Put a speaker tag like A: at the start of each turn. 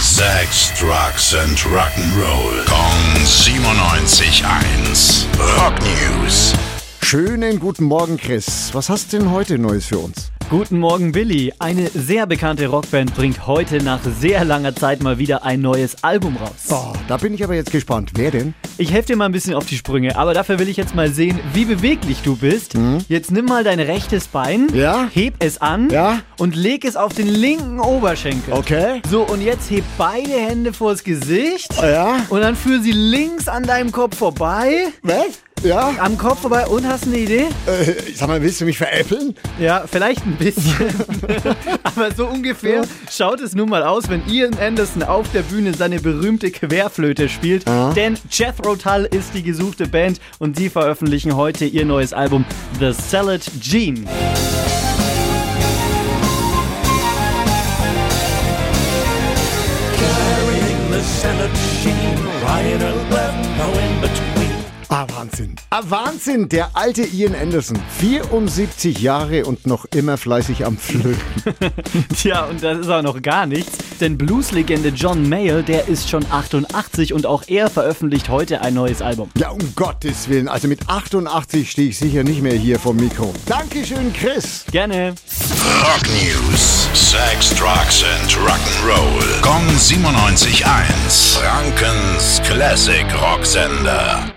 A: Sex, Drugs and Rock'n'Roll. Kong 97.1. Rock News.
B: Schönen guten Morgen, Chris. Was hast denn heute Neues für uns?
C: Guten Morgen Billy. Eine sehr bekannte Rockband bringt heute nach sehr langer Zeit mal wieder ein neues Album raus.
B: Boah, da bin ich aber jetzt gespannt. Wer denn?
C: Ich helfe dir mal ein bisschen auf die Sprünge, aber dafür will ich jetzt mal sehen, wie beweglich du bist. Jetzt nimm mal dein rechtes Bein,
B: Mhm. Ja.
C: heb es an
B: Ja.
C: und leg es auf den linken Oberschenkel.
B: Okay.
C: So, und jetzt heb beide Hände vors Gesicht
B: Ja.
C: und dann führ sie links an deinem Kopf vorbei.
B: Was? Ja?
C: Am Kopf vorbei und hast eine Idee?
B: Äh, sag mal, willst du mich veräppeln?
C: Ja, vielleicht ein bisschen. Aber so ungefähr schaut es nun mal aus, wenn Ian Anderson auf der Bühne seine berühmte Querflöte spielt. Denn Jethro Tull ist die gesuchte Band und sie veröffentlichen heute ihr neues Album The Salad Gene.
D: carrying the salad sheen, right or left, no in between.
B: Ah, Wahnsinn. Ah, Wahnsinn. Der alte Ian Anderson. 74 Jahre und noch immer fleißig am Flöten.
C: Tja, und das ist auch noch gar nichts, denn Blues-Legende John Mayall, der ist schon 88 und auch er veröffentlicht heute ein neues Album.
B: Ja, um Gottes Willen. Also mit 88 stehe ich sicher nicht mehr hier vom Mikro. Dankeschön, Chris.
C: Gerne.
A: Rock News. Sex, Drugs and Rock'n'Roll. Kong 97.1. Frankens Classic Rocksender.